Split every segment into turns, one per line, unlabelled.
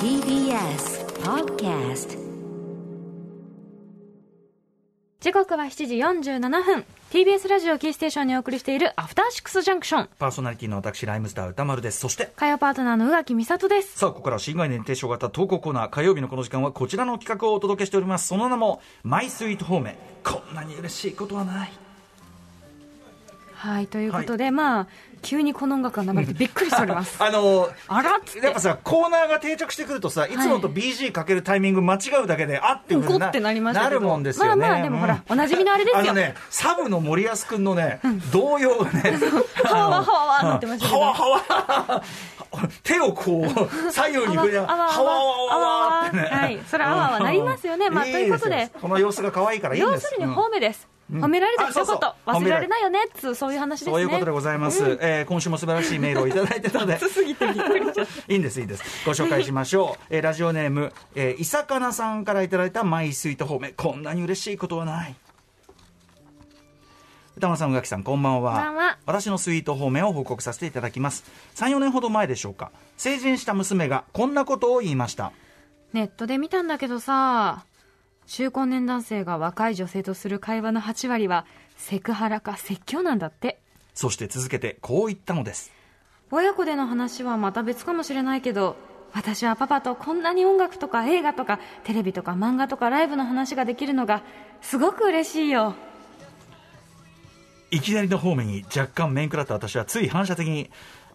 TBS Podcast
時刻は7時47分 TBS ラジオキーステーションにお送りしているアフターシックスジャンクション
パーソナリティの私、ライムスター歌丸です。そして、
火曜パートナーの宇垣美里です
さあ、ここからは新概念提唱型投稿コーナー、火曜日のこの時間はこちらの企画をお届けしております。その名も、マイスイートホーム。こんなに嬉しいことはない。
はいということで、まあ急にこの音楽が流れてびっくりしております
あのー
あらっつって
やっぱさ、コーナーが定着してくるとさ、いつもと BG かけるタイミング間違うだけで、あっていうふう
怒ってなりましたけ
な
ど
るもんですよね。
まあまあでもほら
うん
おなじみのあれですよ
あのね、サブの森保君のね、動揺 がね、
はわはわはわなってましたけ
は
ど
わはわ、手をこう、左右に振りなが
あわ
ら、はわはわはわってね。
はいそれはあわあわなりますよねまあということで
いいすよこの様子が可愛いからいいんです
要するに
うん
褒めです、
ん
褒められた一言
あそうそう
忘れられないよねっつうそういう話ですね
そういうことでございます、えー今週も素晴らしいメールをいただいてたので
すぎてびっくりしちゃっ
いいんですいいですご紹介しましょ う、えーラジオネーム、えー、いさかなさんからいただいたマイスイート方面こんなに嬉しいことはない歌丸さん、宇垣さん、こんばんは。
こんばんは
私のスイート方面を報告させていただきます。3、4年ほど前でしょうか。成人した娘がこんなことを言いました。
ネットで見たんだけどさ中高年男性が若い女性とする会話の8割はセクハラか説教なんだって
そして続けてこう言ったのです。
親子での話はまた別かもしれないけど私はパパとこんなに音楽とか映画とかテレビとか漫画とかライブの話ができるのがすごく嬉しいよ
いきなりの方面に若干面食らった私はつい反射的に、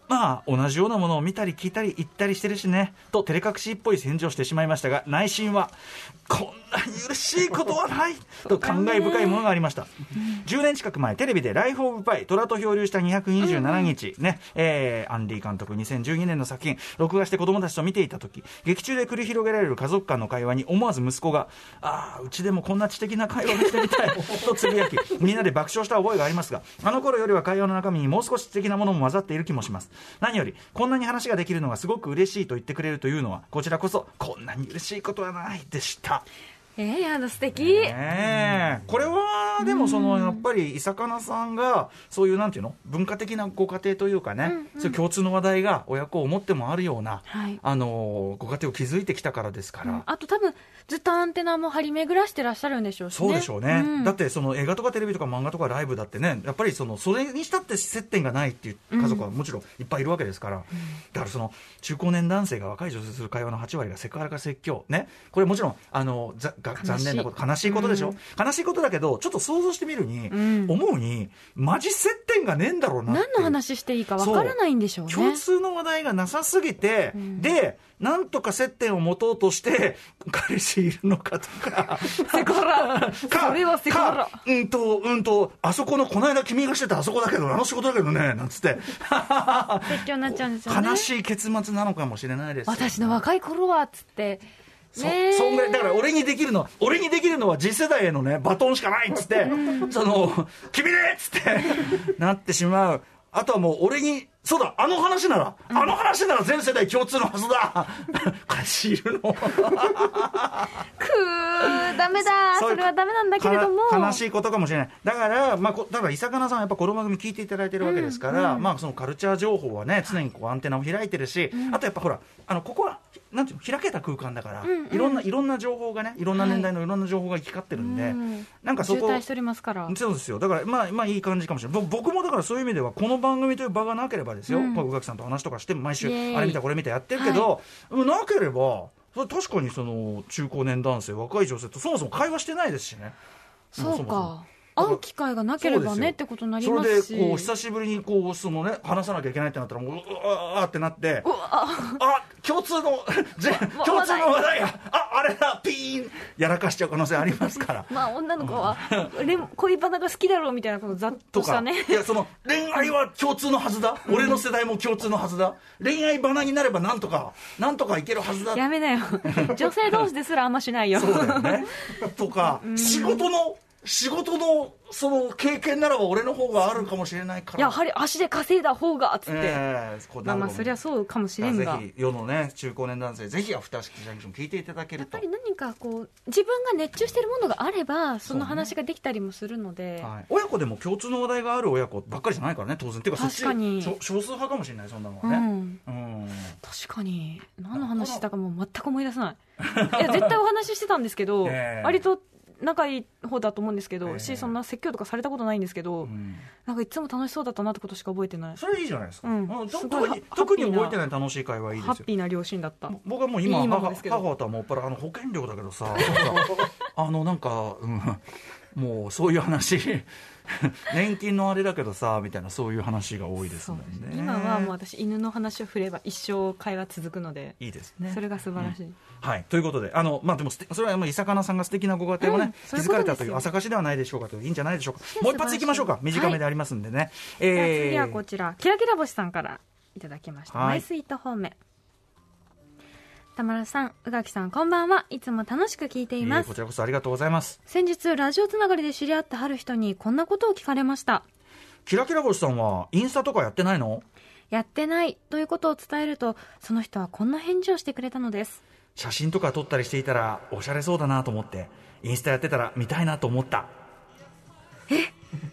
まあ、同じようなものを見たり聞いたり言ったりしてるしね、と照れ隠しっぽい返事をしてしまいましたが、内心は、こんなに嬉しいことはないと感慨深いものがありました。10年近く前、テレビでライフオブパイ、虎と漂流した227日、ね、えー、アンディ監督2012年の作品、録画して子供たちと見ていた時、劇中で繰り広げられる家族間の会話に思わず息子が、ああ、うちでもこんな知的な会話をしてみたい、とつぶやき、みんなで爆笑した覚えがありますが、あの頃よりは会話の中身にもう少し知的なものも混ざっている気もします。何より、こんなに話ができるのがすごく嬉しいと言ってくれるというのは、こちらこそ、こんなに嬉しいことはないでした。
ええやだ素敵、
ねえこれはでもそのやっぱり伊坂なさんがそういうなんていうの文化的なご家庭というかね、そういう共通の話題が親子を思ってもあるような、
はい
あのご家庭を築いてきたからですから。
あと多分ずっとアンテナも張り巡らしてらっしゃるんでしょうしね
そうでしょうね、
ん
だってその映画とかテレビとか漫画とかライブだってねやっぱりそのそれにしたって接点がないっていう家族はもちろんいっぱいいるわけですから、だからその中高年男性が若い女性とする会話の8割がセクハラか説教ねこれもちろんあのざが
しい
残念なこと悲しいことでしょ、悲しいことだけどちょっと想像してみるに、
うん
思うにマジ接点がねえんだろうなっていう
何の話していいかわからないんでしょうね
共通の話題がなさすぎて、でなんとか接点を持とうとして彼氏いるのかとか
セクハラ
か
それはセクハラ
かうんとうんとあそこのこの間君がしてたあそこだけどあの仕事だけどねなんつって
説教になっちゃうんですよね
悲しい結末なのかもしれないです
私の若い頃はっつって
そ
ねえ
そんぐらいだから俺にできるの俺にできるのは次世代へのねバトンしかないっつってその君ねっつってなってしまうあとはもう俺にそうだあの話なら、あの話なら全世代共通のはずだ 彼氏いるの
くーダメだそ
そういう
れはダメなんだけれども
かな悲しいことかもしれないだから、まあ、こだから伊坂なさんはやっぱこの番組聞いていただいてるわけですから、まあ、そのカルチャー情報はね常にこうアンテナを開いてるし、あとやっぱほらあのここはなんていうの開けた空間だから、いろんないろんな情報がねいろんな年代のいろんな情報が行き交ってるんで、
うん
なんかそ
渋
こ
滞しておりますから
そうですよだから、まあ、まあいい感じかもしれないぼ僕もだからそういう意味ではこの番組という場がなければですよ
うん
こう宇垣、さんと話とかして毎週
イエーイ
あれ見たこれ見たやってるけど、うんなければそれ確かにその中高年男性若い女性とそもそも会話してないですしね
そ
も
う
もも
か会う機会がなければねってことになります
そ
し
れでこう久しぶりにこうそのね話さなきゃいけないってなったらもううわーってなって
うわ
あ共通の ぜ
わ
共通の話題やああれだピーンやらかしちゃう可能性ありま すから
まあ女の子 はレモ恋バナが好きだろうみたいなことざっと
と
した
か、
ね
いやその恋愛は共通のはずだ俺の世代も共通のはずだ恋愛バナになればなんとかなんとかいけるはずだ
やめ なよ女性同士ですらあんましないよ
そうだよねとか仕事の仕事のその経験ならば俺の方があるかもしれないから
やはり足で稼いだ方がっつって、
ええこう
ま
な
あ
る
ま
の
あ
も
そりゃそうかもしれん
ぜ
が
ひ世のね中高年男性ぜひアフターシックスジャンクション聞いていただけ
や
る
っ
と
ぱり何かこう自分が熱中してるものがあればその話ができたりもするので、
はい、親子でも共通の話題がある親子ばっかりじゃないからね当然っていうかそっち
確かに
そ少数派かもしれないそんなのは
う
ね、
ん
うん
確確かに何の話したかもう全く思い出せ ないいや絶対お話ししてたんですけど、
ええ
割と仲いい方だと思うんですけど、
ええ
しそんな説教とかされたことないんですけど、なんかいつも楽しそうだったなってことしか覚えてない
それいいじゃないですか、
うん
うんと
すごい
特に
ハ
特に
ハッピーな
覚えてない楽しい会はいい
ハ
で
ッ
すよ
ピーな両親だった
僕はもう今
いい今も
母
ですけど
母とはもっぱらあの保険料だけどさ あのなんか、うん、もうそういう話 年金のあれだけどさみたいなそういう話が多いですもんね
そう今はもう私犬の話を振れば一生会話続くので
いいですね
それが素晴らしい、
はい、ということで、あのまあ、でもすてそれはもう伊坂さんが素敵なご家庭を
うん
ね、
そういう
築
こ
か
と
れ
ですよ
たという朝霞市ではないでしょうかという、いいんじゃないでしょうか、もう一発いきましょうか、
素晴らしい
短めでありますんでね、え
じゃあ
ー
次はこちら、キラキラ星さんからいただきました、
はい
マイスイート方面田村さん宇垣さんこんばんはいつも楽しく聞いていま
えーこ
す
ちらこそありがとうございます、
先日ラジオつながりで知り合ったある人にこんなことを聞かれました
キラキラ星さんは、インスタとかやってないの
やってないということを伝えるとその人はこんな返事をしてくれたのです
写真とか撮ったりしていたら、おしゃれそうだなと思って、インスタやってたら見たいなと思った、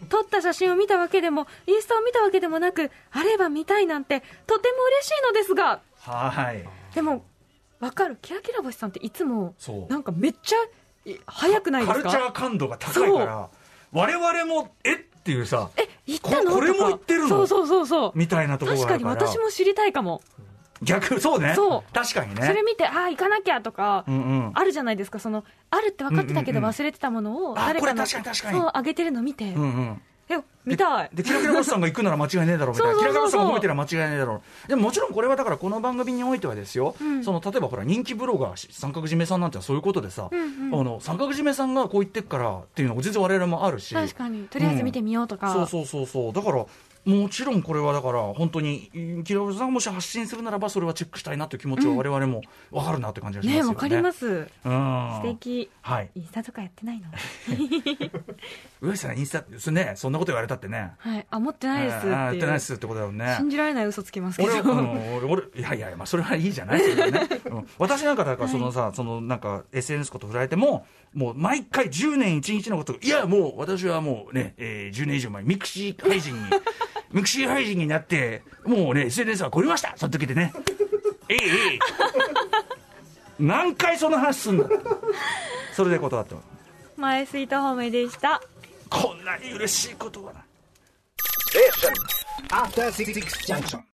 撮った写真を見たわけでもインスタを見たわけでもなくあれば見たいなんてとても嬉しいのですが
はい、
でもわかるキラキラ星さんっていつも
そう
なんかめっちゃい早くないで
カ
す
ルチ
か
ャー感度が高いから、我々も、えっていうさ、
え行ったの
ここれも
とか
行ってるの
そうそうそうそう
みたいなところ
確
が
か
ある
に
から、
私も知りたいかも、
逆、そうね、
そう
確かに
それ
ね。
見てああ行かなきゃとか、
うんうん
あるじゃないですかそのあるって分かってたけど
うんうんうん
忘れてたものを
あ
誰か
これ
の
確かに確かに
そうあげてるの見て、
うんうん
え見たい
で、キラキラ星さんが行くなら間違いねえだろうみたいな、
そう
キ
そう
ラキラ
そう
星
そう
さ
ん
が動いてら間違いねえだろう、でももちろんこれはだから、この番組においてはですよ、
ん
その例えばほら、人気ブロガーし、三角締めさんなんてのはそういうことでさ、
うんうん
あの三角締めさんがこう言ってっからっていうのも、全然我々もあるし、
確かにとりあえず見てみようとか、
そうそうそうそう、だから、もちろんこれはだから、本当に、うんキラキラ星さんがもし発信するならば、それはチェックしたいなという気持ちは、我々も分かるなという感じがします
ね
よね。
わかります
うん
素敵
はい、
インスタとかやってないの
上地さん、インスタですね、そんなこと言われたってね、
はいあ持ってないですって
え
いう
ーやってないですってことだよね。
信じられない嘘つきますけ
俺は
ど、
あの俺俺いやいや、まあ、それはいいじゃない、それ はねうん私なんかだからそのさ、そのなんか SNS こと振られてももう毎回10年1日のこといやもう私はもうね、えー10年以上前ミクシー配信 にミクシー配信になってもうね SNS は凝りましたその時でねえいえ い何回その話すんだってそれで断っても
前スイート方面でした
こんなに嬉しいことはない
After Six Junction.